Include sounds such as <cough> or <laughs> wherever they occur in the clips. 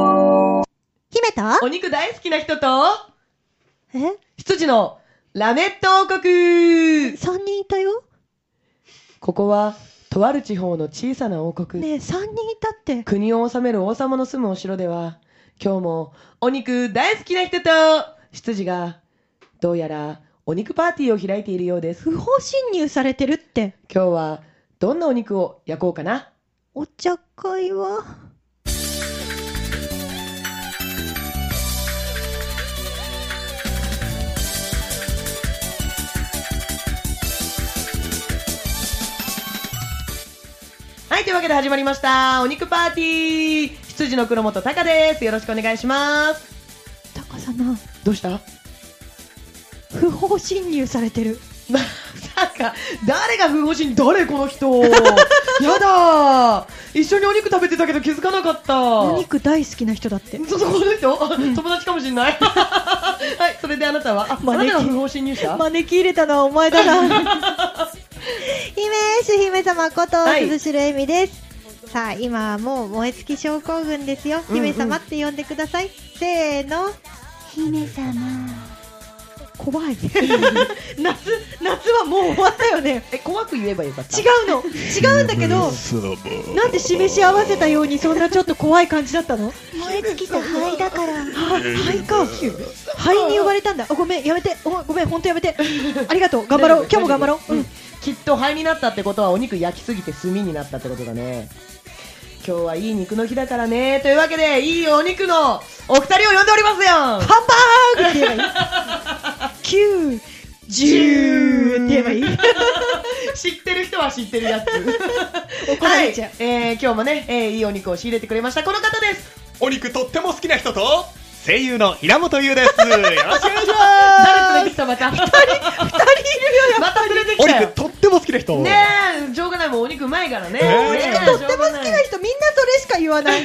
姫とお肉大好きな人と、え羊のラメット王国三人いたよここは、とある地方の小さな王国。ねえ、三人いたって。国を治める王様の住むお城では、今日もお肉大好きな人と、羊が、どうやらお肉パーティーを開いているようです。不法侵入されてるって。今日は、どんなお肉を焼こうかなお茶会ははい、というわけで始まりました。お肉パーティー羊の黒本隆です。よろしくお願いします。高さな。どうした不法侵入されてる。まさか、誰が不法侵入誰こ <laughs> の人やだ一緒にお肉食べてたけど気づかなかった。お肉大好きな人だって。そそこの人 <laughs> あ友達かもしれない。はい、それであなたは、あ、あ招なきたが不法侵入者招き入れたのはお前だな。 <laughs> 姫主姫様こと、はい鈴代恵美です。さあ、今はもう燃え尽き症候群ですよ。うんうん姫様って呼んでください。せーの。姫様怖い。 <laughs> 夏、夏はもう終わったよね。え、怖く言えばよかった。違うの。違うんだけど、なんで示し合わせたようにそんなちょっと怖い感じだったの燃え尽きた灰だからは肺か肺に呼ばれたんだあごめんやめておごめん本当やめてありがとう頑張ろう今日も頑張ろう、うん、きっと灰になったってことはお肉焼きすぎて炭になったってことだね今日はいい肉の日だからねというわけでいいお肉のお二人を呼んでおりま <laughs> すよハンバーグって言えばいい九十って言えばいい知ってる人は知ってるやつ怒られちゃう、はいえー今日もね、えーいいお肉を仕入れてくれましたこの方ですお肉とっても好きな人と声優の平本優ですよろしくお願いし誰連まれてすきたまた二人二人いるよまた連れてきおた肉よとっても好きな人、ねえ、しょうがないもんお肉うまいからねえーねとっても好きな人みんなそれしか言わない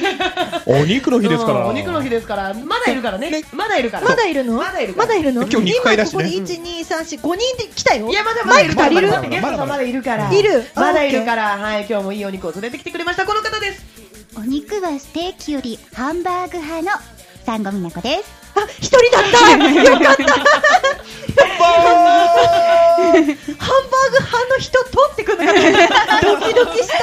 お肉の日ですから、うんお肉の日ですからまだいるからねまだいるからまだいるのまだいるからまだいるの今日肉会だしね今ここで一二三四五人で来たよいや、まだまマだイク足りるまだまだゲストさんまだいるから。いるまだいオッケーるから、はい、今日もいいお肉を連れてきてくれました。この方です。お肉はステーキよりハンバーグ派の三ゴ美奈子ですあ一人だ <laughs> ったよかったハンバーグ派の人取ってくるのかと思った <laughs> ドキドキした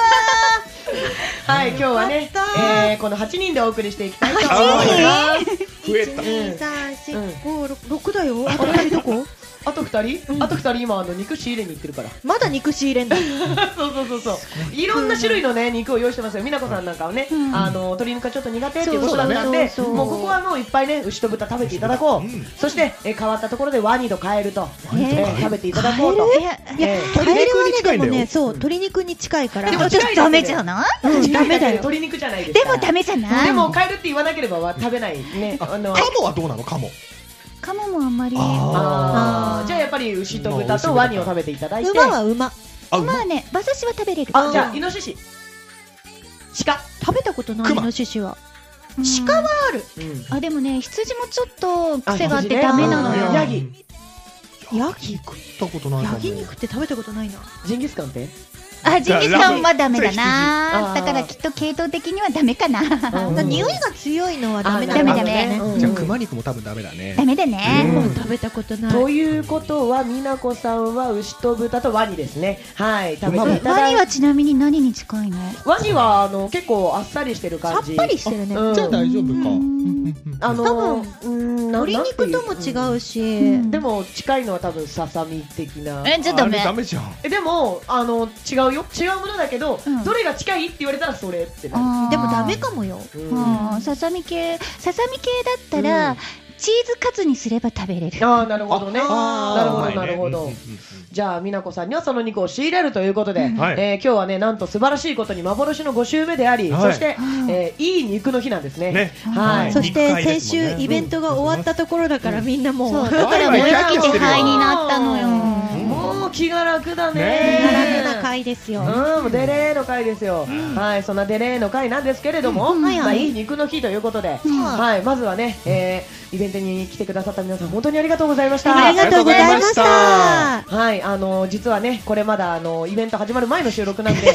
はい、今日はねよかった、えーこの8人でお送りしていきたいと思います。増えた一二三四うん五六六だよ。あと二人どこ？あと2人、あと2人今、あの、肉仕入れに行ってるから。 <laughs> まだ肉仕入れんだ。 <laughs> そうそうそうそう。いろんな種類のね、肉を用意してますよ。美奈子さんなんかはね、うんあの、鶏肉がちょっと苦手っていうことだったんで、そうそうそうそうもうここはもういっぱいね、牛と豚食べていただこう。うんそして、えー変わったところでワニとカエルと、えー食べていただこうと。いやいやええ、カエルはねで鶏肉に近いんだもよね、そう鶏肉に近いから。ででもも近いですダメじゃないうんダメだよ鶏肉じゃないですでからもダメじゃないでもカエルって言わなければは食べないね。あのカモはどうなのカモカモもあんまりあああーーじゃあやっぱり牛と豚とワニを食べていただいて。馬は馬。あまあね馬刺しは食べれるあじゃあイノシシ。鹿。食べたことないイ熊ノシシは。うん鹿はうん。あでもね羊もちょっとあ癖があって羊ねダメなのあよーヤギヤヤギ食ったことないかもヤギ肉って食べたことないな。ジンギスカンって？あジンギスカンはダメだなじゃあラーメンだからきっと系統的にはダメ <laughs> かなうんだから匂いが強いのはダメあなーんだダメダメね。うんじゃあ熊肉も多分ダメだねダメだねうん食べたことない。とワいうことは美奈子さんは牛と豚とワニですね。はい食べていたワだニいはちなみに何に近いのワニはあの結構あっさりしてるさ感っじ。ぱりしてるね。うんじゃあ大丈夫か、うんあのーうんな鶏肉ともなんていう違うし、うんでも近いのは多分ささみ的な。えちょっとダメあれダメじゃんえでもあの違うよ違うものだけど、うんどれが近いって言われたらそれってなるあーでもダメかもよ。うんうんささみ系ささみ系だったら、うんチーズカツにすれば食べれるああなるほどねあなるほどーなるほど、うまいねじゃあ美奈子さんにはその肉を仕入れるということで、んはいえー今日はねなんと素晴らしいことに幻の5週目であり、はいそして、うんえーいい肉の日なんですねねはいそして肉会先ですもんね週イベントが終わったところだからみんなもうそうだからワイワイ燃えキャーキャー尽きしててるわ灰になったのよもう気が楽だねねな回ですよ。うん、もうデレーの回ですよ、はい、そんなデレーの回なんですけれども、うんはいはいまあ、いい肉の日ということで、んはい、まずはね、えーイベントに来てくださった皆さん、本当にありがとうございました。ありがとうございましあた。はい、あの実はね、これまだあのイベント始まる前の収録なんで、ど <laughs> う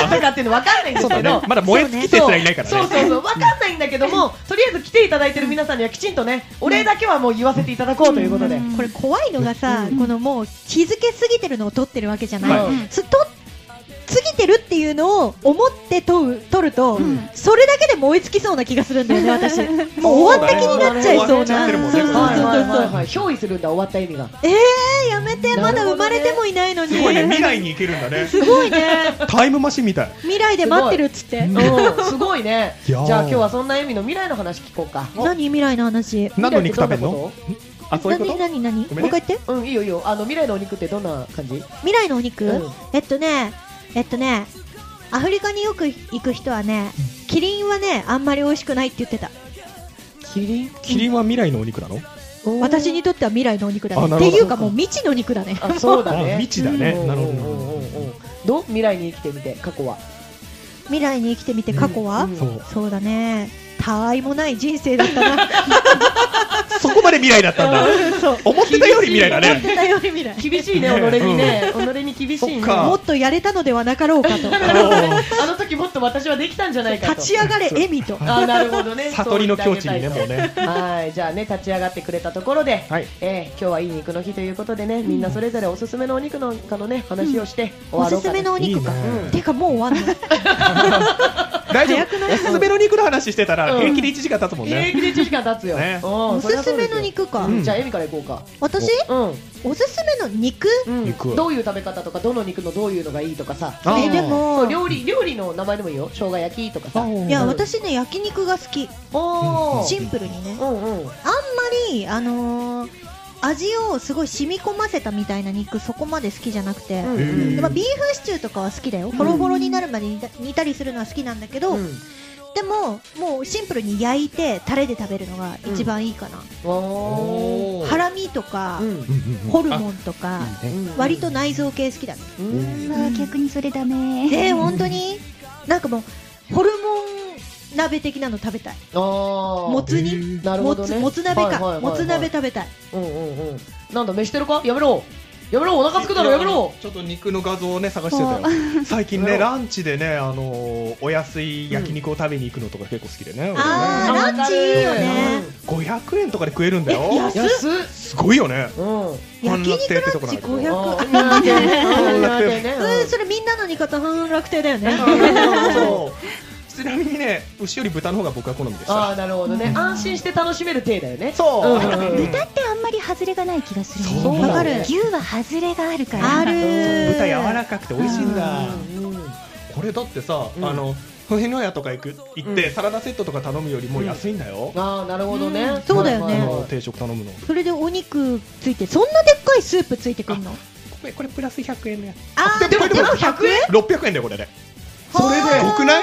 だったかっていうの分かんないんですそうだけねど、。まだ燃え尽きてすらいないからね。そうそうそう、わかんないんだけども、とりあえず来ていただいてる皆さんにはきちんとね、お礼だけはもう言わせていただこうということで。うんこれ怖いのがさ、このもう日付過ぎてるのを撮ってるわけじゃない。はいすと過ぎてるっていうのを思って撮る撮ると、んそれだけで燃え尽きそうな気がするんだよね、私。もう終わった気になっちゃいそう終わっちゃな。ってるもんねそうそうはいはいそうはいそう。はい、憑依するんだ、終わった意味が。えー、やめて、まだ生まれてもいないのに。すごいね、未来に行けるんだね。すごいね。タイムマシンみたい。未来で待ってるっつって。うんすごいね。いじやゃーあ今日はそんな意味の未来の話聞こうか。何未来の話。何の肉食べんの未来ってどんなこあ、そういうこ何と何何もごうめんね一回言って。とうん、いいよいいよ。あの未来のお肉ってどんな感じ？未来のお肉、うんえっとね、えっとね、アフリカによく行く人はね、キリンはね、あんまり美味しくないって言ってた。キリン。キリンは未来のお肉なの私にとっては未来のお肉だあね。なっるほどていうかもう未知の肉だね。あ、そうだあね。未知だね。うんなるほうんうど。んうんうんどう未来に生きてみて過去は。未来に生きてみて過去は、うんそう。そうだね。たわいもない人生だったな。 <laughs> そこまで未来だったんだ。そう。思ってたより未来だ思っね。てたより未来。 <laughs> 厳しいね、己にね。己に厳しいそっね。かもっとやれたのではなかろうかと。<laughs> あの時もっと私はできたんじゃないかと。立ち上がれ、エミと。あ、なるほどね。悟りの境地にね、そうもうね。はい、じゃあね、立ち上がってくれたところで、はいえー今日はいい肉の日ということでね、みんなそれぞれおすすめのお肉のかのね、話をして終おわろすうかすなめのお肉かいいね。てかもう終わんの。大丈早くない夫。おすすめの肉の話してたら、うん平気で1時間経つもん平ね。気で1時間経つよ。ねおおすすめの肉か。うんじゃあ、エミからいこうか。私うおすすめの肉ん。肉どういう食べ方とか、どの肉のどういうのがいいとかさ。あーえでもそう料理、料理の名前でもいいよ。生姜焼きとかさ。あいや私ね焼肉が好きおー。シンプルにねあんまうんうん。りあのー味をすごい染み込ませたみたいな肉そこまで好きじゃなくて、うんうんでまあ、ビーフシチューとかは好きだよホロホロになるまで煮た煮たりするのは好きなんだけど、うんでももうシンプルに焼いてタレで食べるのが一番いいかな、おー。ハラミとか、うんうんうんうんホルモンとか、あいいねうん割と内臓系好きだね、うんうわー逆にそれだえねー、本当になんかもうホルモン鍋的なの食べたいあーもつへ煮ーなるもほどつねもつ鍋はいはいはいはかいもつ鍋食べたいうんうんうんなんだ飯してるかやめろやめろお腹すくだろやめろちょっと肉の画像をね探してたよ最近やねめろランチでねあのーお安い焼肉を食べに行くのとか結構好きでね,俺ね、あーランチいいよね500円とかで食えるんだようん安っすごいよねうん焼肉半楽亭ってラとこンなチんだけ500どあーなんでなんでねうんそれみんなの味方半楽亭だよねそう <laughs> ちなみにね牛より豚の方が僕は好みでしああたなるほどね安心して楽しめる体だよねそう、うんうんうん豚ってあんまり外れがない気がするねそうわかる牛は外れがあるからある豚柔らかくて美味しいんだ、うんうんこれだってさ、うんあのフェノヤとか行く行って、うんサラダセットとか頼むよりも安いんだよ、ああなるほどねうんそうだよねあはいはいのはい定食頼むのそれでお肉ついてそんなでっかいスープついてくんのこれこれプラス100円のやつあでもでも100円600円だよこれでそれではあよくなえい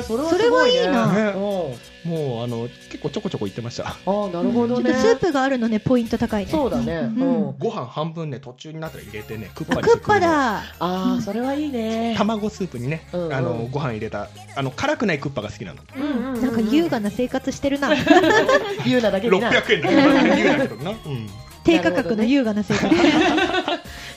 ーそれはすごいねそれはいいなうんもうあの結構ちょこちょこ行ってましたああなるほちょっどとねスープがあるのねポイント高いねそうだねうんご飯半分ね途中になったら入れてねクッあパにクしてッパだああそれはいいね卵スープにね、うんうんあのご飯入れたあの辛くないクッパが好きなのなんか優雅な生活して <laughs> るな優雅だけにな600円だけどだけどな、うん、低価格の優雅な生活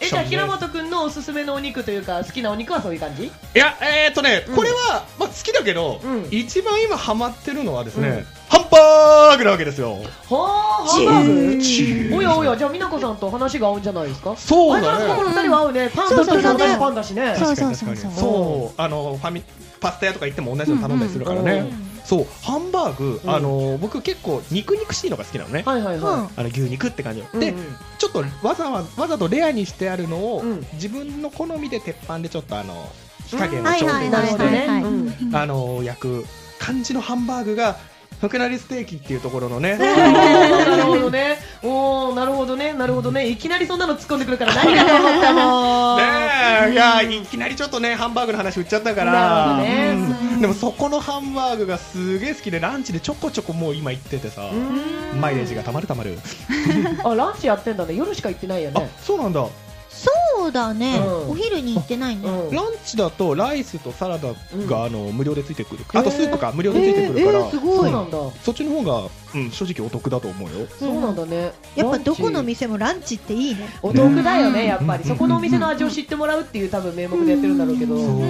えじゃあ平本君のおすすめのお肉というか好きなお肉はそういう感じいや、えー、っとね、うんこれは、まあ、好きだけど、うん一番今ハマってるのはですね、うんハンバーグなわけですよ。はあハンバーグおやおやじゃあ美奈子さんと話が合うんじゃないですかそうあれからこだのね。二人は合うねパンとそうそう同じパンだしねそう確かそにうそ確かうそうにそう、あの、ファミ、パスタ屋とか行っても同じの頼んだりするからね。うんうんそう、ハンバーグ、うんあの、僕結構肉肉しいのが好きなのね。はいはいうはんあの牛肉って感じ、いでうんうんちょっとわざわわざとレアにしてあるのを、うん自分の好みで鉄板でちょっとあの火加減をは調いはい整なるはほいどはねいはいうんあの焼く感じのハンバーグがふくなりステーキっていうとこ <laughs> ろのねなるほどねおーなるほどねなるほどねいきなりそんなの突っ込んでくるから何かと思ったもん <laughs> ねえ、いやいきなりちょっとねハンバーグの話売っちゃったからなるほどねうんでもそこのハンバーグがすげえ好きでランチでちょこちょこもう今行っててさ、うんマイレージがたまるたまる、あランチやってんだね夜しか行ってないよあねそうなんだそそうだね、うんお昼に行ってないね、うんランチだとライスとサラダうんがあの無料でついてくる、へーあとスープか無料でついてくるから、えーえーすそごういなんだ、そっちの方が、うん、正直お得だと思うよそうなんだねやっぱどこの店もランチっていいねお得だよねやっぱり、うんそこのお店の味を知ってもらうっていう多分名目でやってるんだろうけど、うそうん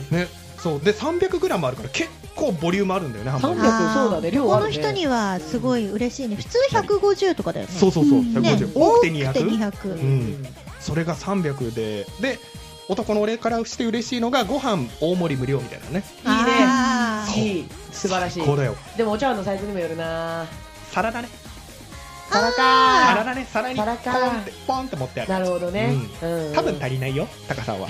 んねそうで 300g あるから結構ボリュームあるんだよねハンバーグ300あーそうだね量あこるのね人にはすごい嬉しいね普通150とかだよねそうそうそう、150ね多くて200多くて200んそれが300でで男の俺からして嬉しいのがご飯大盛り無料みたいなねあーいいねいい素晴らしいこうだよでもお茶碗のサイズにもよるなサラダねサラサかラダね皿にサポンラってかポンって持ってあるなるほどね、うん多分足りないよタカさんは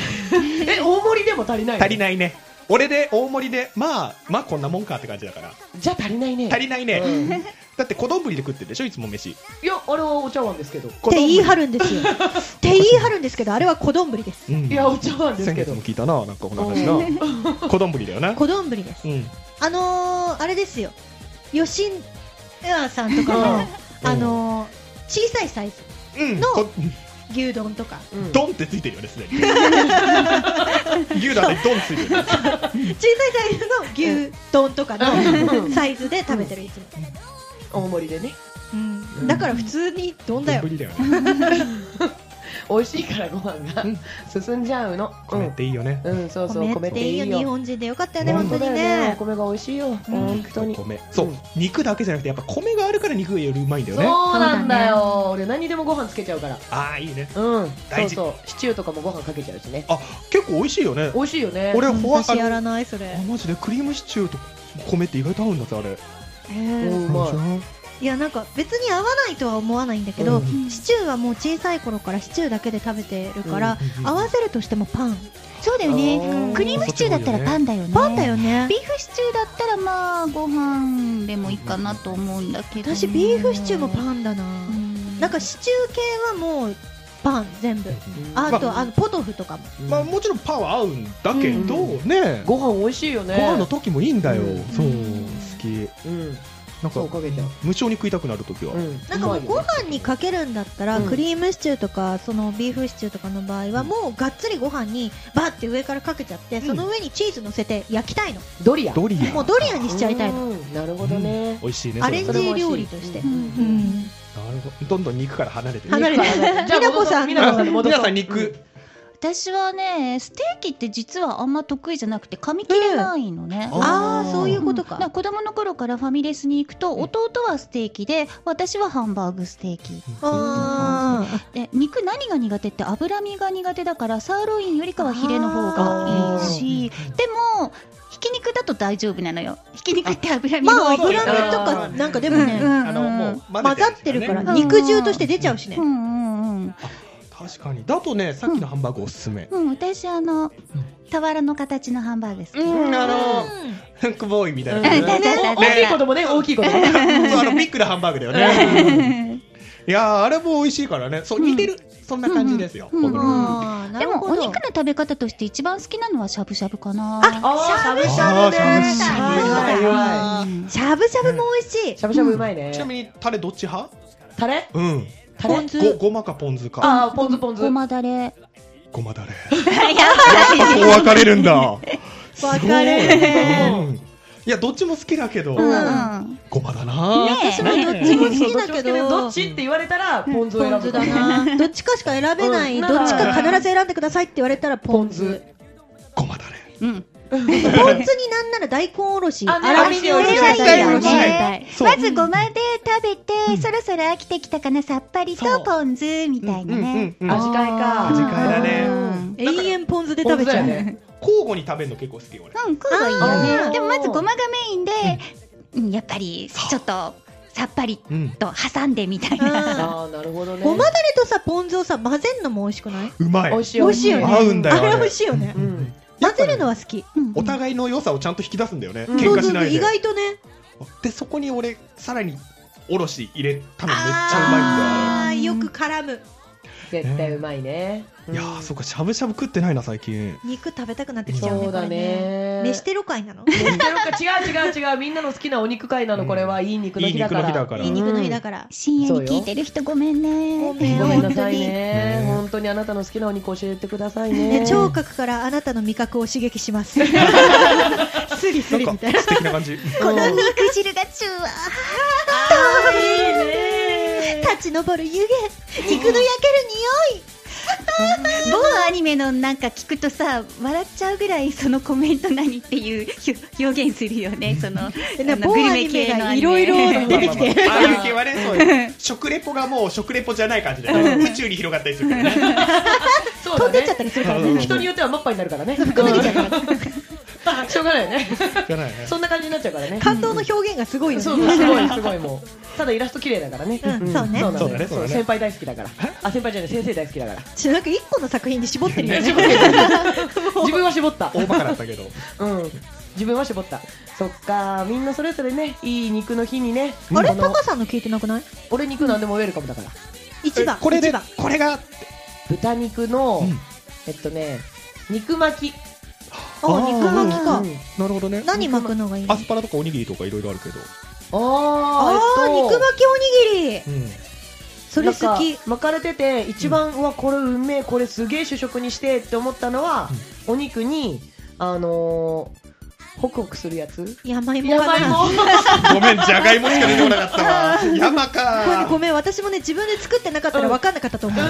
え大盛りでも足りないの足りないね俺で大盛りでまあまあこんなもんかって感じだからじゃあ足りないね足りないね、うんだって小丼で食ってるでしょいつも飯いやあれはお茶碗ですけどって言い張るんですよって言い張るんですけどあれは小丼ですうんいやお茶碗です先け月ども聞いたななんかこの話な <laughs> 小丼だよな小丼ですうんあのー、あれですよ吉野さんとかのあのー、小さいサイズうんのこ牛丼とかうんドンってついてるよねすでに牛だってドンついてるよね小さいサイズの牛丼とかうのんサイズで食べてるいつも、大盛りでねうんだから普通に丼だよ丼だよね美味しいからご飯がうん進んじゃうのう米っていいよねんうんそうそう米米っってていいいいよよ日本人でよかったよね本本当当だによねお米が美味しいよ、本当に米そううん肉だけじゃなくてやっぱ米があるから肉がよりうまいんだよねそうなんだそよ俺何にでもご飯つけちゃうからああいいねうん大事そうそうシチューとかもご飯かけちゃうしねあ結構美味しいよね美味しいよね俺うんフォ私やアあらないそれあマジでクリームシチューと米って意外と合うんだってあれえうーんうまいいやなんか別に合わないとは思わないんだけど、うんシチューはもう小さい頃からシチューだけで食べてるから、うん合わせるとしてもパンそうだよあーねクリームシチューだったらパンだよねパンだよねビーフシチューだったらまあご飯でもいいかなと思うんだけどね私ビーフシチューもパンだな、うんなんかシチュー系はもうパン全部うんあとまああのポトフとかもうんまあもちろんパンは合うんだけどねごご飯美味しいよね飯の時もいいんだようんそううん好きうんなんそうかかけちゃう無性に食いたくなる時はうんなんかもうご飯にかけるんだったら、うんクリームシチューとかそのビーフシチューとかの場合はもうがっつりご飯にバーって上からかけちゃって、んその上にチーズ乗せて焼きたいの、ドリアドリアもうドリアにしちゃいたいの、うんなるほどね美味しいねアそレれンなそるれもジ美味しい料理として、うんうんほどどんどん肉から離れて離れてじゃあみなこさんみなこさんに戻皆そうさん肉私はねステーキって実はあんま得意じゃなくて噛み切れないのね、うんああそういうことだか、から子供の頃からファミレスに行くと弟はステーキで私はハンバーグステーキあーで肉何が苦手って脂身が苦手だからサーロインよりかはヒレの方がいいしでもひき肉だと大丈夫なのよひき肉って脂身まあが多い脂身けとど、かなんかでもね、うんうんあのもう混ざってるから、ねうん肉汁として出ちゃうしね、うんうんうん確かにだとねさっきのハンバーグおすすめうん私あの俵の形のハンバーグ好き、うんあのうフンクボーイみたいなうん大ね丈夫大大きい子供ね大きい子供そうあのビッグなハンバーグだよね <laughs> いやーあれも美味しいからねそう似てるそんな感じですようん僕んのあーなでるもほおど肉の食べ方として一番好きなのはしゃぶしゃぶかなあーしゃぶしあゃーぶしねゃぶしはいはいはうんしゃぶしゃぶも美味しいいしゃぶしゃぶうまいねちなみにタレどっち派タレうんタレポン酢ごごまかポン酢かあーポン酢ポン酢ごまだれごまだれやっぱこう分かれるんだ分かれるすごいうんいやどっちも好きだけどうん、ごまだなねえ私もどっちも好きどっだけちも好きでどどっちって言われたらポン酢をポ選ンぶ酢だなどっちかしか選べない、うんどっちか必ず選んでくださいって言われたらポン酢ポン酢ごまだれうんポン酢になんなら大根おろしあねらおろしおおろろししそれしたはいいいよよねねそうまずごまで食べて、そろそろ飽きてきたかなさっぱりそとうポン酢みたいなねうんうんうん味変えか味変えだねうん永遠ポン酢でポ食ン酢べちだゃう、よね交互に食べるの結構好き俺うん食うがいいよあーねでもまずごまがメインで、うんやっぱりちょっとさっぱりうんと挟んでみたいなうんあーなるほどねごまだれとさポン酢をさ混ぜるのも美味しくないうまい美味しい美味しいよね合うんだよああれれ美味しいよねう、ん混ぜるのは好きうんお互いの良さをちゃんと引き出すんだよねうん喧嘩しない意で外とねでそこに俺さらにおろし入れたのめっちゃうまいんだよあれあーよく絡む絶対うまいね。いやー、そうか、しゃぶしゃぶ食ってないな、最近。肉食べたくなってきちゃうねそうだねこれ。ねしてろ会なの飯テロか違う違う違うみんなの好きなお肉会なのこれはいい肉のいい日だ肉かの日だら。から。いい肉の日だから深夜そうによ聞いてる人ごめんごね。めんごめんなさい本ねね。本当にあなたの好きなお肉教えてください当にねね。聴覚からあなたの味覚を刺激しますスリスリなみんたいかな素敵な感じ。この肉汁がチュワあーいいね立ち上る湯気肉の焼ける匂いー。某アニメのなんか聞くとさ、笑っちゃうぐらいそのコメント何っていうひょ表現するよね。そのあなの某アニメがいろいろ <laughs> 出てきてああいう系はね、そういう食レポがもう食レポじゃない感じで、宇宙に広がったりするからね。そう飛だんでっちゃったね。りするからうんね人によってはマッパになるからね。しょうがないよね。じゃないね。そんな感じになっちゃうからね。感動の表現がすごいよそうねそうすごいすごいもう。ただイラスト綺麗だからね。うんそうねそうなんそうだだよねそうだね先輩大好きだから。あ先輩じゃない先生大好きだから。ちなんか一個の作品に絞ってる <laughs> よね自分は絞った。大バカだったけど。うん。自分は絞った。そっか、みんなそれぞれね、いい肉の日にね。あれこのタカさんの聞いてなくない俺肉なんでもウェルカムだから。一番これ一で番、これが。豚肉の、うんえっとね、肉巻き。あ肉巻きかうんなるほどね。何巻くのがいいのアスパラとかおにぎりとかいろいろあるけど。ああー、ーえっと肉巻きおにぎりうん。それ好なんきか巻かれてて一番、うわこれうめえこれすげえ主食にしてって思ったのは、お肉にあのー、ホクホクするやつ山芋やばかいなもんごめん、じゃがいもしか出てこなかったわ。山これねか。ごめん私もね自分で作ってなかったら分かんなかったと思う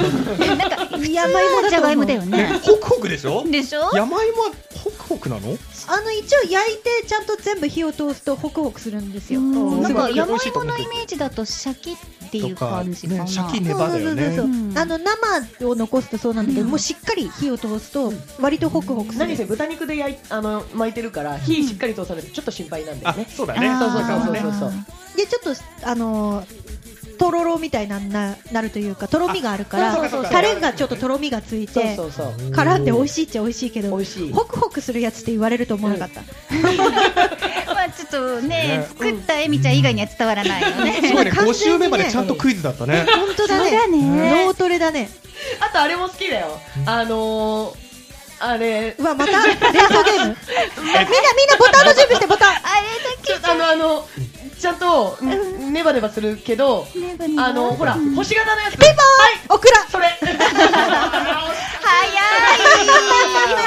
なんか普通山芋だと思はうじゃがいもだよね。ホクホクでしょでしょ？山芋はホクホクなのあの一応焼いてちゃんと全部火を通すとホクホクするんですようんなんかすごい美山味しいと思芋うのけどイメージだとシャキっていうとか、感ね、じシかな。ャキネバだそうそうよそうねそ。ううんあの生を残すとそうなんだけど、うんもうしっかり火を通すと割とホクホクする、何せ豚肉で焼いあの巻いてるから火しっかり通されてちょっと心配なんだあよね、、そうだね。あーそうそうそうそうそうそうでちょっとあのーとろろみたいなななるというかとろみがあるからそうかそうかタレがちょっととろみがついそうてそうそう絡んで美味しいっちゃ美味しいけど美味しいホクホクするやつって言われると思わなかった、まあちょっとねね作ったえみちゃん以外には伝わらないよね。すご完全にいね、ね5週目までちゃんとクイズだったね。本当だね脳トレだねあとあれも好きだよあのー、あれうわまた連想ゲームみんなみんなボタンの準備してボタンあちょっとあのあのちゃんとんネバネバするけどれだけねあのほら星型のやつピンポーンオクラそれ <laughs> 早い。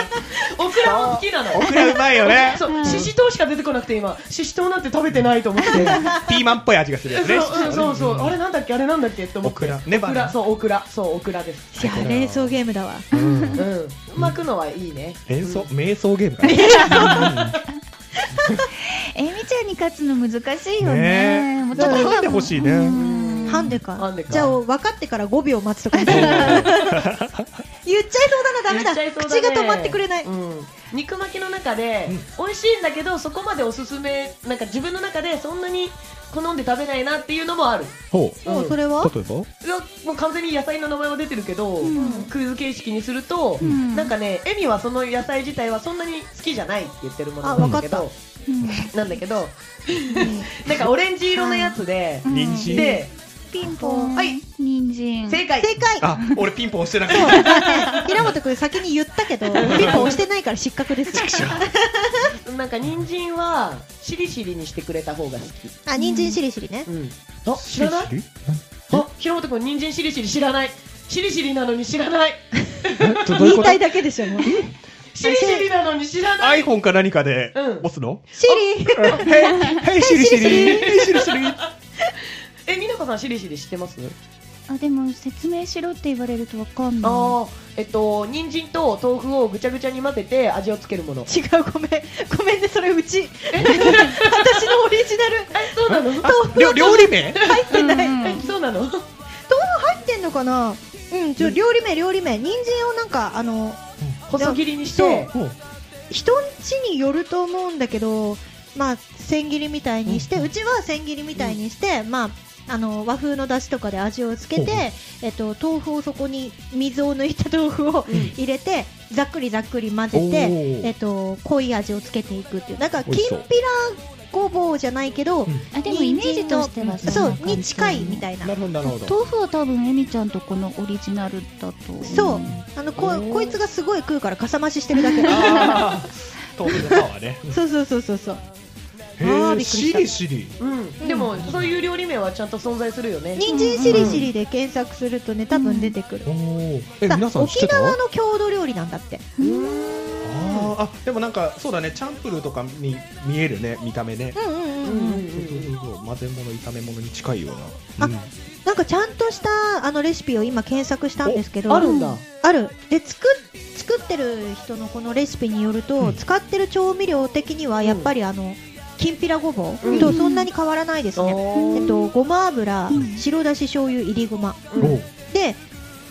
オクラも好きなのオクラうまいよ <laughs> ね。そう、シシトウしか出てこなくて今、シシトウなんて食べてないと思って。ピーマンっぽい味がするやつね。そううんそうそう、あれなんだっけ、あれなんだっけって思って。オクラネバオネクラそう、オクラ、そう、オクラです。いや連想ゲームだわうん、巻くのはいいね。演奏、瞑想ゲームかな。えみちゃんに勝つの難しいよねね。もうちょっと読んでほしいねうんハンデかハンデかじゃあ分かってから5秒待つとか <laughs> 言っちゃいそうだなダメだ言っちゃいそう口ねが止まってくれない、うん肉巻きの中で、美味しいんだけど、そこまでおすすめ、なんか自分の中でそんなに好んで食べないなっていうのもある。ほうんもうそれはう。例えばいやもう完全に野菜の名前は出てるけど、クイズ形式にすると、んなんかね、エミはその野菜自体はそんなに好きじゃないって言ってるものあなんだけわかど、うんなんだけど、なんかオレンジ色のやつで、人参で、ピンポン。はい。人参。正解。正解あ、俺ピンポン押してなかそうっだね平本君先に言ったけどピンポン押してないから失格ですなんか人参はしりしりにしてくれた方が好き。あ人参しりしりねうん。あ、知らない？あ、平本君人参しりしり知らない。しりしりなのに知らない。どうい言ういこたといだけでしょもうシしりしりなのに知らた。ない。 iPhone か何かでうん押すのリヘイシリシリヘイシリシリえ、美奈子さんしりしり知ってます？あでも説明しろって言われるとわかんない。ああ、えっと人参と豆腐をぐちゃぐちゃに混ぜて味をつけるもの。違うごめんごめんねそれうち私のオリジナルえ、そうなの？豆腐料料理名入って <laughs> ない豆え、そうなの？腐入ってんのかなうんちょ料理名料理名人参をなんかあの細切りにして。ほう人んちによると思うんだけど、まあ、千切りみたいにして、うちは千切りみたいにして、まあ、あの和風の出汁とかで味をつけほうて、えっと、豆腐をそこに水を抜いた豆腐をん入れて、ざっくりざっくり混おぜて、ーえっと、濃い味をつけていくっていうなんかき美んぴ味しそうごぼうじゃないけど、あでもイメージとしてはそんうな感じに近いみたいななるほどなるほど豆腐は多分えみちゃんとこのオリジナルだとそうあのここいつがすごい食うからかさ増ししてるだけあ豆腐の皮は <laughs> ねーそうそうそうそうそうあへーびーっくりしシたリシリうん、でも、そういう料理名はちゃんと存在するよね。人参しりしりで検索するとね多分出てくる、おーえさ皆さん知っ沖てた縄の郷土料理なんだってあーあでもなんかそうだねチャンプルーとかに見えるね見た目ねうんうんうん、ううんうんんそうそうそう混ぜ物炒め物に近いようなあなんかちゃんとしたあのレシピを今検索したんですけうん、どあるんだ。あるで作っ作ってる人のこのレシピによると、うん使ってる調味料的にはやっぱりあの、きんぴらごぼう、うんとそんなに変わらないですね、おーえっと、ごま油、うん白だし醤油入りごまうんおうで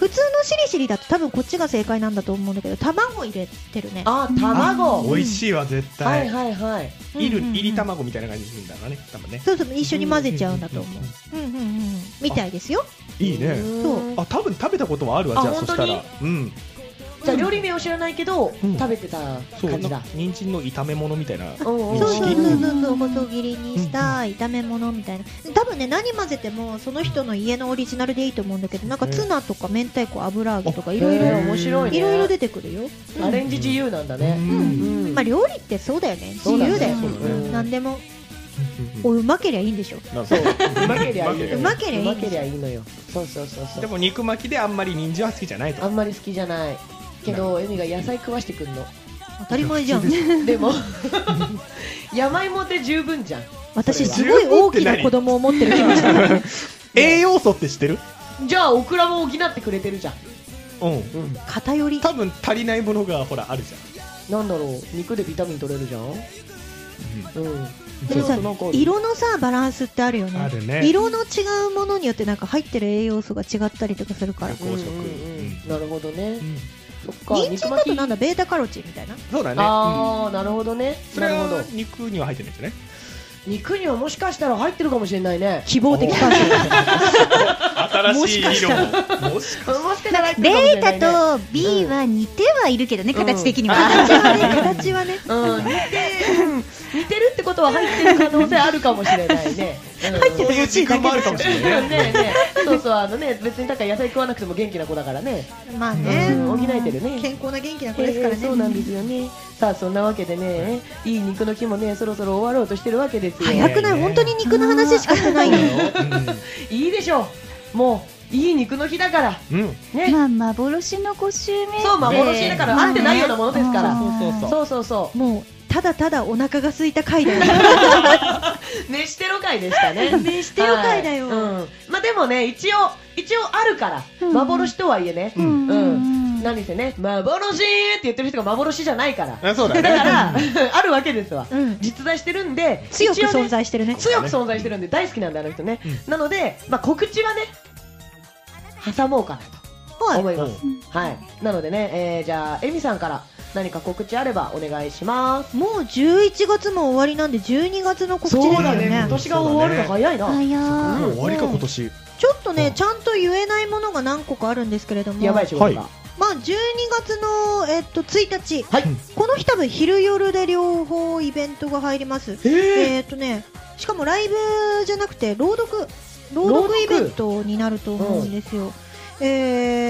普通のしりしりだと多分こっちが正解なんだと思うんだけど卵入れてるねあ、卵。美味しいわ絶はい対はいはい。いいる入り卵みたいな感じするんだろうね多分ねそうそう一緒に混ぜちゃうんだと思う,、うんうんうんみたいですよいいねそうあ多分食べたことはあるあわじゃあそ本当にしたらうんじゃあ料理名を知らないけど、うん食べてたそう感じなだんか。人参の炒め物みたいなうんうんそうそうそううんそうそう細切りにした炒め物みたいな多分ね何混ぜてもその人の家のオリジナルでいいと思うんだけどなんかツナとか明太子油揚げとかいろいへーろ面白いね。いろいろ出てくるよ、うんアレンジ自由なんだね。ううんんまあ料理ってそうだよね自そうだね由だよ、そうだねうん何でもうんおうまけりゃいいんでしょなんそかう、うまけりゃいいのよ。うまけりゃいいのうまけりゃいいのよ。そうそうそうそでう。も肉巻きであんまり人参は好きじゃないとあんまり好きじゃない。けど、エミが野菜食わしてくんの。当たり前じゃんで <laughs> も、山芋って十分じゃん。私すごい大きな子供を持ってる気がした栄養素って知ってるじゃあ、オクラも補ってくれてるじゃん。うんうん。偏り多分足りないものがほらあるじゃなんだろう、肉でビタミン取れるじゃん。うん。でもさなんか色のさバランスってあるよねんあるね色の違うものによってなんか入ってる栄養素が違ったりとかするからうんうんうんうんなるほどね。うんそっか。人参だとなんだ。だベータカロチンみたいなそうだねうんああ、なるほどね。そなれるほどは。肉には入ってないんじゃない肉にはもしかしたら入ってるかもしれないね。希望的感新しい理論もしもしかしたら入ってるかもしベれないねータと B は似てはいるけどね、うん形的には。じはね形はねうん、似て、似てるってことは入ってる可能性あるかもしれないね。入そういう時空もあるかもしれないねねえねえそうそう、あのね、別にだから野菜食わなくても元気な子だからね。まあうねん補えてるね健康な元気な子ですからえーそうなんねですよね。さあ、そんなわけでね、いい肉の日もね、そろそろ終わろうとしてるわけですよ。早くない本当に肉の話しかしてないよいいでしょう。もう、いい肉の日だから。うんうんね。まあ、幻の5週目って。そう幻だから合ってないようなものですからまあねそうそうそうそうそうそもうただただお腹が空いた回だよ <laughs> う。ねしてろ会でしたね。ねして <laughs> ろ会だよはいうん。まあでもね、一応、一応あるから、幻とはいえね。ううんんうん。何せね、幻って言ってる人が幻じゃないから。あそうだだねから、 <laughs> あるわけですわうん。実在してるんで、強く一応ね存在してるね強く存在してるんで大好きなんであの人ね、なので、まあ、告知はね挟もうかなはとい思います、はいなのでね、えーじゃあエミさんから何か告知あればお願いしますもう11月も終わりなんで12月の告知ですよね今年が終わるの早いな、早もう終わりか今年ちょっとうねんちゃんと言えないものが何個かあるんですけれどもやばい仕事が、はまあ、12月の、えっと、1日、はいこの日多分昼夜で両方イベントが入ります、えっとね、しかもライブじゃなくて朗読朗読イベントになると思うんですよ、え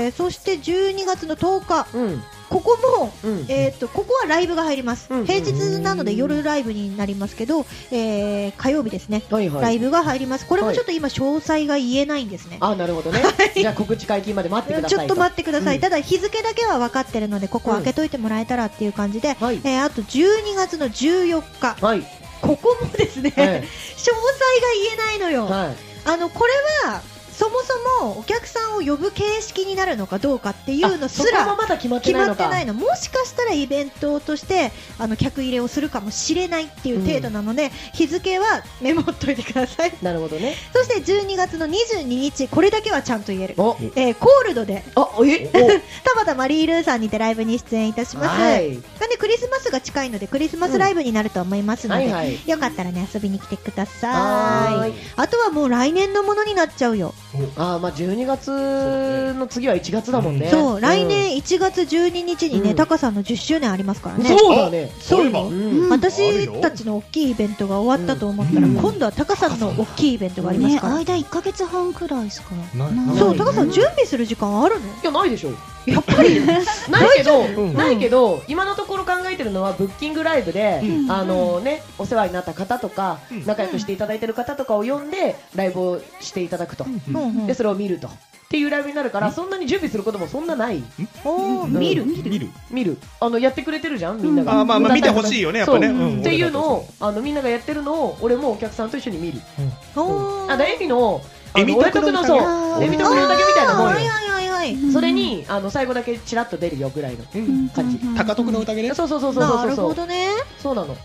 ーそして12月の10日うんここも、うんえっとここはライブが入ります、うん平日なので夜ライブになりますけど、えー火曜日ですね、はいはいライブが入りますこれもちょっと今詳細が言えないんですね、あなるほどね、じゃあ告知解禁まで待ってくだちさょいっと待っってください、うんただ日付だけは分かってるのでここうん開けといてもらえたらっていう感じで、はいえーあと12月の14日はいここもですね、はい詳細が言えないのよ、はいあのこれはそもそもお客さんを呼ぶ形式になるのかどうかっていうのあそすこもらまだ決まって決なまいのってかないのもしかしたらイベントとしてあの客入れをするかもしれないっていう程度なので、日付はメモっといてください <laughs> なるほどねそして12月の22日これだけはちゃんと言える、おえーコールドであ <laughs> え田畑マリールーさんにてライブに出演いたします、はいなんでクリスマスが近いのでクリスマスライブになると思いますので、うんはいはいよかったらね遊びに来てくださいはーいあとはもう来年のものになっちゃうよあーまあ12月の次は1月だもんね。そう、ん来年1月12日にね、うんタカさんの10周年ありますからね。そうだね。そういえばそううん私たちの大きいイベントが終わったと思ったら、うん今度はタカさんの大きいイベントがありますね、から。間1ヶ月半くらいしかないないそう、ねタカさん準備する時間あるのいやないでしょやっぱり。 <laughs> ないけど、うんないけど、今のところ考えてるのはブッキングライブで、うんあのね、お世話になった方とか、うん仲良くしていただいてる方とかを呼んで、ライブをしていただくと。うんうんで、それを見ると。っていうライブになるから、そんなに準備することもそんなない。おーうん見る。見る見る。あの、やってくれてるじゃん、みんなが。あーまあまあ見てほしいよねやっぱねそううんっていうのを、あの、みんながやってるのを、俺もお客さんと一緒に見る。おーあ、だ、エミの、あのエミ俺特とのくの、そう、エミとくのだけみたいなもんはよいはいはいはい。それ、に、あの、最後だけチラッと出るよぐらいの感じ。高徳の宴ね。そうそうそうそうなそうるそほうどね。そうなの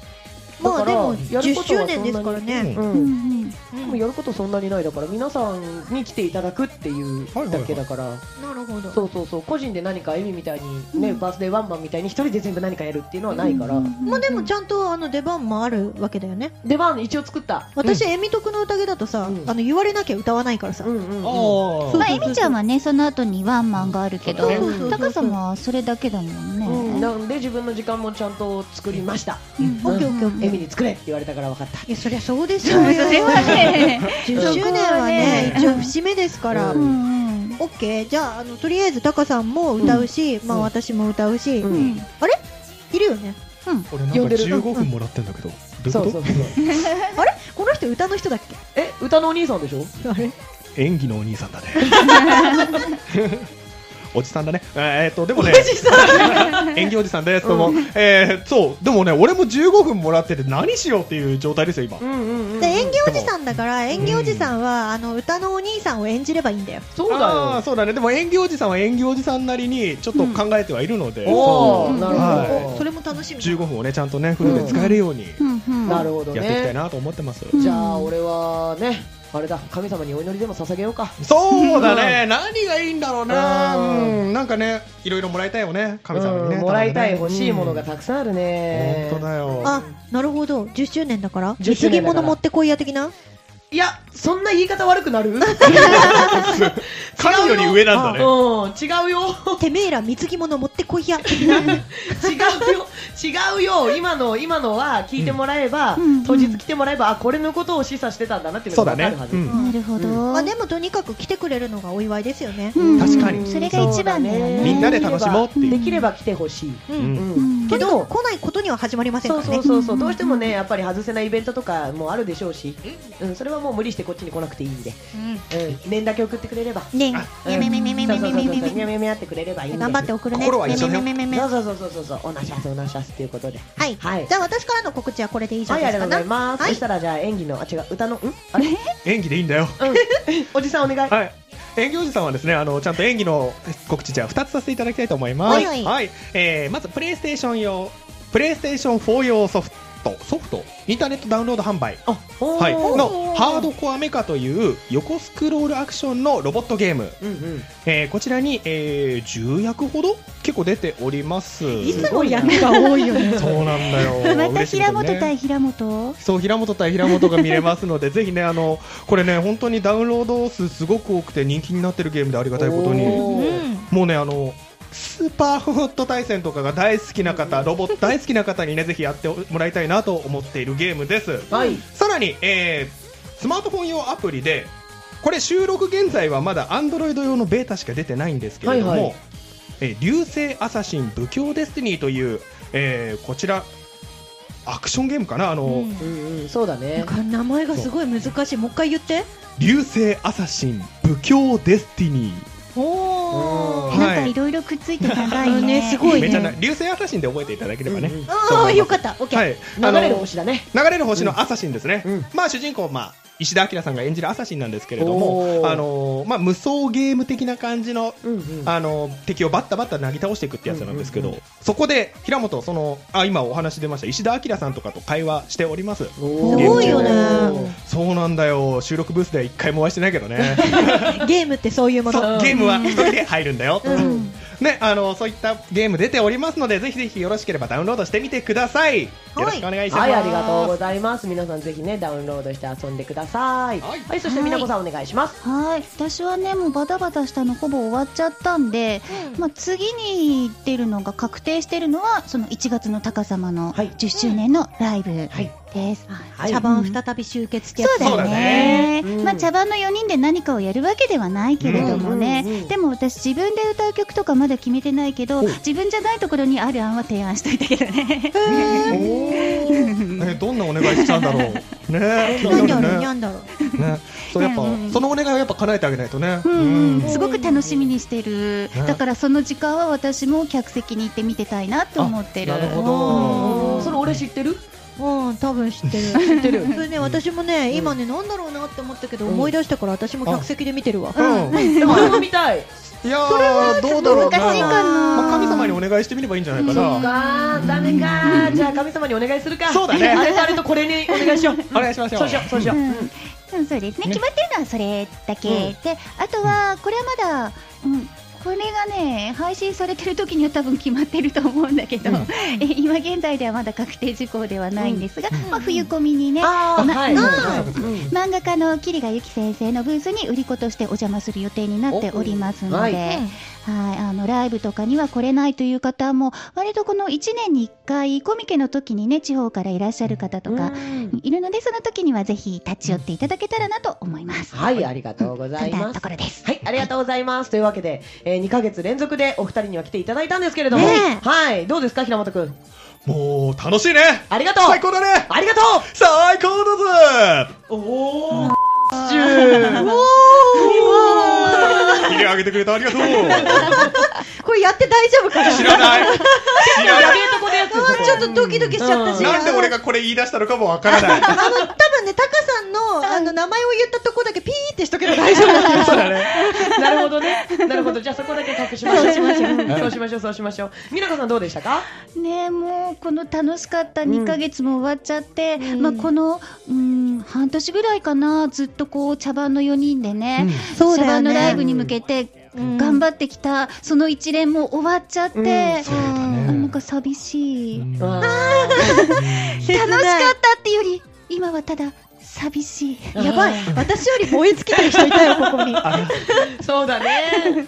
まだあかでらも、やる10ことは周年ですからね。う、うんんでもやることそんなにないだから皆さんに来ていただくっていうはいはいはいだけだから、なるほど。そうそうそう個人で何かエミみたいにね、バースデーワンマンみたいに一人で全部何かやるっていうのはないから、まあでもちゃんとあの出番もあるわけだよね。出番一応作った私、エミ徳の宴だとさ、うんあの言われなきゃ歌わないからさ。うんうんうんあそうまあ、エミちゃんはね、その後にワンマンがあるけどそうそうそうそう、高さんはそれだけだもんね。うんなんで自分の時間もちゃんと作りました、うんオッケーオッケーオッケエー。ミに作れって言われたから分かったいや、そりゃそうでしそょうよ。れはね、 10周年はね、一応節目ですから。うんうんオッケーじゃああのとりあえずタカさんも歌うし、まあうん私も歌うし、ううんんいるよね俺なんか呼んでる15分もらってんだけど。どそうういうそこうとそうあれこの人歌の人だっけえ歌のお兄さんでしょあれ演技のお兄さんだ <laughs> ね。おじさんだね。えーっと、でもね、演技おじさんです。どうも。えーそう、でもね、俺も15分もらってて何しようっていう状態ですよ、今う。んうんうんで演技おじさんだから演技おじさんは、あの歌のお兄さんを演じればいいんだよそうだあーよそうだね。でも演技おじさんは演技おじさんなりにちょっと考えてはいるので、おおそうなるほど、はいそれも楽しみ15分をね、ちゃんとね、フルで使えるようにうんうんなるほどねやっていきたいなと思ってます。うんじゃあ俺はねあれだ神様にお祈りでも捧げようかそうだね、何がいいんだろうな、うんうん、なんかね、いろいろもらいたいよね、神様にね、うんもらいたい頼む欲ねしいものがたくさんあるね、本当だよ、あなるほど10周年だから10貢ぎ周年だから物持ってこいや的ないやそんな言い方悪くなる <laughs> 違うよ神より上なんだねうん違うよ <laughs> てめえら貢ぎ物持ってこいや的な違うよ違うよ今の今のは聞いてもらえば、うん当日来てもらえばあこれのことを示唆してたんだなっていうそのうがだ分かねるは、ず、うん、なるほど。まあでもとにかく来てくれるのがお祝いですよねうん確かにそれが一番だよね。みんなで楽しもうっていうできれば来てほしい、ううんん、うんうんけけどど来ないことには始まりませんかそうらねそうそうそう、うんどうしてもね、やっぱり外せないイベントとかもあるでしょうし、うん、それはもう無理してこっちに来なくていいんで、うん、念だけ送ってくれれば、ねうん、やめめめめめめめめそうそうそうそうにゃみゃみゃってくれればいいんで、頑張って送るね心は一緒ねめめめめめそうそうそうそうそうそう、おなしゃす、おなしゃすということで、はい、はいじゃあ私からの告知はこれで以上はい、でありすがとかうござな、います。はいそしたら、じゃあ、演技の、あ、違う、歌の、んあれ、うん、演技でいいんだよ。おじさんお願い。はい演技おじさんはですねあのちゃんと演技の告知じゃあ2つさせていただきたいと思います、はいはいえーまずプレイステーション用プレイステーション4用ソフトソフトインターネットダウンロード販売あ、おーはい、のハードコアメカという横スクロールアクションのロボットゲーム、うんうん。えーこちらに、えー10役ほど結構出ておりますいつも役が多いよねそうなんだよまた嬉しいで平すね本対平本。そう平本対平本が見れますのでぜひねあのこれね本当にダウンロード数すごく多くて人気になってるゲームでありがたいことにおーうんもうねあのスーパーフット対戦とかが大好きな方、ロボット大好きな方にね、ぜひやってもらいたいなと思っているゲームです。はい。さらに、えースマートフォン用アプリで、これ収録現在はまだ Android 用のベータしか出てないんですけれども、はいはいえー流星アサシン武教デスティニーという、えーこちら、アクションゲームかなあの、うんうんうん、そうだなねん。か名前がすごい難しいもう一回言って流星アサシン武教デスティニー。おはいーなんかいろいろくっついて考えうんねね。すごいねめちゃな流星アサシンで覚えていただければね。うんうんああよかった OK、はい、流れる星だね。流れる星のアサシンですね、うんまあ主人公、まあ、石田明さんが演じるアサシンなんですけれどもお、ーあのーまあ、無双ゲーム的な感じの、うんうん。あのー敵をバッタバッタなぎ倒していくってやつなんですけど、うんうんそこで平本そのあ今お話出ました石田明さんとかと会話しておりますおーすごいよねそうなんだよ収録ブースでは <laughs> 一回もお会いしてないけどねゲームってそういうもそのうゲームは一人で入るんだよ、うんね、あの、そういったゲーム出ておりますので、ぜひぜひよろしければダウンロードしてみてください。よろしくお願いします。はい、ありがとうございます。皆さんぜひね、ダウンロードして遊んでください。は、はいいそしてみなこさんお願いします。はい私はねもうバタバタしたのほぼ終わっちゃったんで、まあ、次に出るのが確定してるのはその1月の高様のはい10周年のライブはいです、はい茶番再び集結ってやそうつだよそねうだねうんまあ、茶番の4人で何かをやるわけではないけれどもね、うんうんうんでも私自分で歌う曲とかまだ決めてないけど自分じゃないところにある案は提案しといたけどねえーどんなお願いしちゃうんだろう。ね、気なんにだろう、なるにねゃ。んだろう。ね、そうやっぱうん、そのお願いをやっぱ叶えてあげないとね。うんうんすごく楽しみにしてる、ねだからその時間は私も客席に行って見てたいなと思ってるあなるほおどーそれ俺知ってるうん、多分知ってる。知ってるそれね、私もね、今ね、なんだろうなって思ったけど、うん思い出したから、私も客席で見てるわ。うん。いでもあ <laughs> れも見たい。やー、どうだろうな。難しいかなまあ神様にお願いしてみればいいんじゃないかそうな。かダメかじゃあ神様にお願いするかそうだねあれとあれとこれにお願いしようお願いしましょうそうしようそうしよう、うんうん、そうですねね決まってるのはそれだけ、うんであとはこれはまだ、うん、これがね配信されてる時には多分決まってると思うんだけど、うんえ今現在ではまだ確定事項ではないんですが、まあ、冬込みにね、あーまはいなうん漫画家の桐ヶ由紀先生のブースに売り子としてお邪魔する予定になっておりますので、おははいい、あのライブとかには来れないという方も割とこの1年に1回コミケの時にね地方からいらっしゃる方とかうんいるのでその時にはぜひ立ち寄っていただけたらなと思います。はいありがとうござそんいまなすところです。はい、ありがとうございます。というわけで、えー、2ヶ月連続でお二人には来ていただいたんですけれども、ねえはい、どうですか、平本くん。もう、楽しいね。ありがとう最高だね。ありがと最高だぜ。うおー、入れ上げてくれてありがとう。知これやって大丈夫かならない。知らやない。べえとこですうわちょっとドキドキしちゃったし。うんなんで俺がこれ言い出したのかもわからなあい。の、多分ね、タカさんの、あの、名前を言ったとこだけピーってしとけば大丈夫だから。そうだね。 <laughs> なるほどね。なるほど。じゃあそこだけ隠しましょう。そうしましょう。そうしましょう。そうしましょう。美奈子さんどうでしたかねえもうこの楽しかった2ヶ月も終わっちゃって、まあ、この、うん、半年ぐらいかなずっとこう茶番の4人でね、 <laughs> そうだ茶よね番のライブに向けて頑張ってきた、その一連も終わっちゃって、うんそうだねあなんか寂しい、楽しあ切ないかったっていうより今はただ寂しいーやばい。私より燃え尽きてる人いたよ、ここに。そうだね。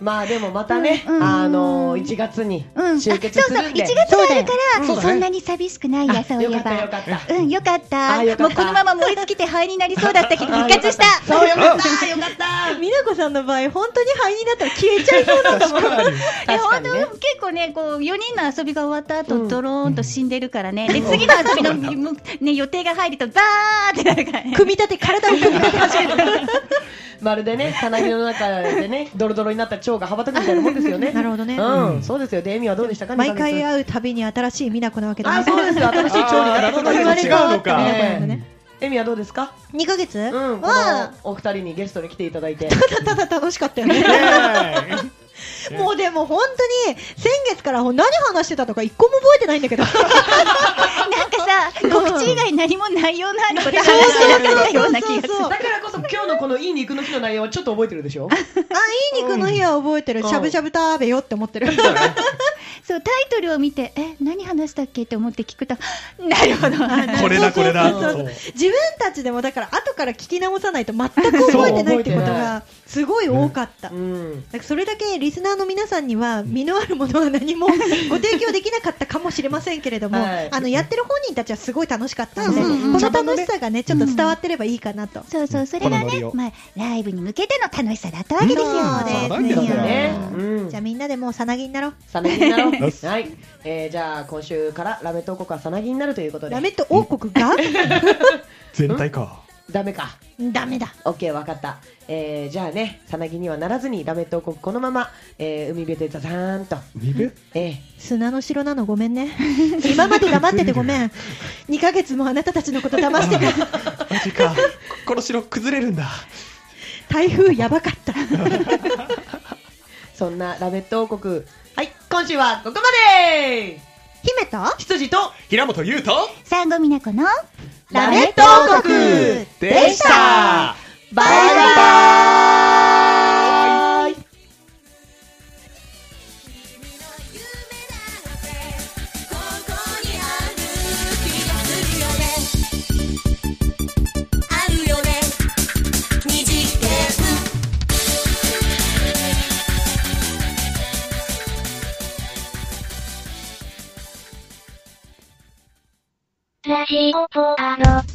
まあでもまたね、うんあの1月にうん、あそ集う結すそうる1んで。月があるからうんそ,、そうだねんなに寂しくないやそういよかえったよばかった。うんよかったあよかったもうこのまま燃え尽きて灰になりそうだったけど復活したあーそうよかった。よかった。美奈子さんの場合、本当に灰になったら消えちゃいそうなんだもん。え確か本に当ね。結構ねこう4人の遊びが終わった後、うんドローンと死んでるからね、で次の遊びの、もうね、予定が入るとバーってなるからね。組み立て、体を組み立て始める。まるでね、さなぎの中でね、ドロドロになった蝶が羽ばたくみたいなもんですよね。なるほどねうん、そうですよ。で、エミはどうでしたか毎回あ、会うたびに新しい美奈子なわけだあ、ね。そうですよ。新しい蝶になったことあー言なわるれほるどか違うのかねそうだねエミはどうですか2ヶ月うん、こはの、お二人にゲストで来ていただいて。ただただ楽しかったよね。 <laughs> もうでも本当に、先月から何話してたとか一個も覚えてないんだ <laughs> けど。なんかさ、告知以外何も内容のあること話してなかったような気がする。だからこそ今日のこのいい肉の日の内容はちょっと覚えてるでしょあ、いい肉の日は覚えてる。うんしゃぶしゃぶ食べよって思ってる。そう、タイトルを見て、え、何話したっけって思って聞くと、なるほど。これだこれだ。そうそうそうそう自分たちでもだから後から聞き直さないと全く覚えてないってことがすごい多かった。だん。からそれだけリスナーの皆さんには身のあるものは何もご <laughs> 提供できなかったかもしれませんけれども、はいあのやってる本人たちはすごい楽しかったので、うんうんうんこの楽しさがねちょっと伝わってればいいかなと。そうそう、それこがのノリねを、まあ、ライブに向けての楽しさだったわけですよ。そうねですそうだねね。うんじゃあみんなでもうさなぎになろう。さなぎになろう。よしはい。えー、じゃあ今週からラメット王国はさなぎになるということで。ダメと王国が全体か。ダメか。ダメだ。オッケーわかった、えー、じゃあねさなぎにはならずにラメット王国このまま、えー、海辺でザザーンと、リベえー、砂の城なのごめんね今まで黙っててごめん2ヶ月もあなたたちのこと騙して <laughs> たマジか。この城崩れるんだ。台風やばかったそんなラメット王国はい今週はここまで姫と羊と平本優斗サンゴミナコの、ラメット王国でしたバイバイラジオポアド。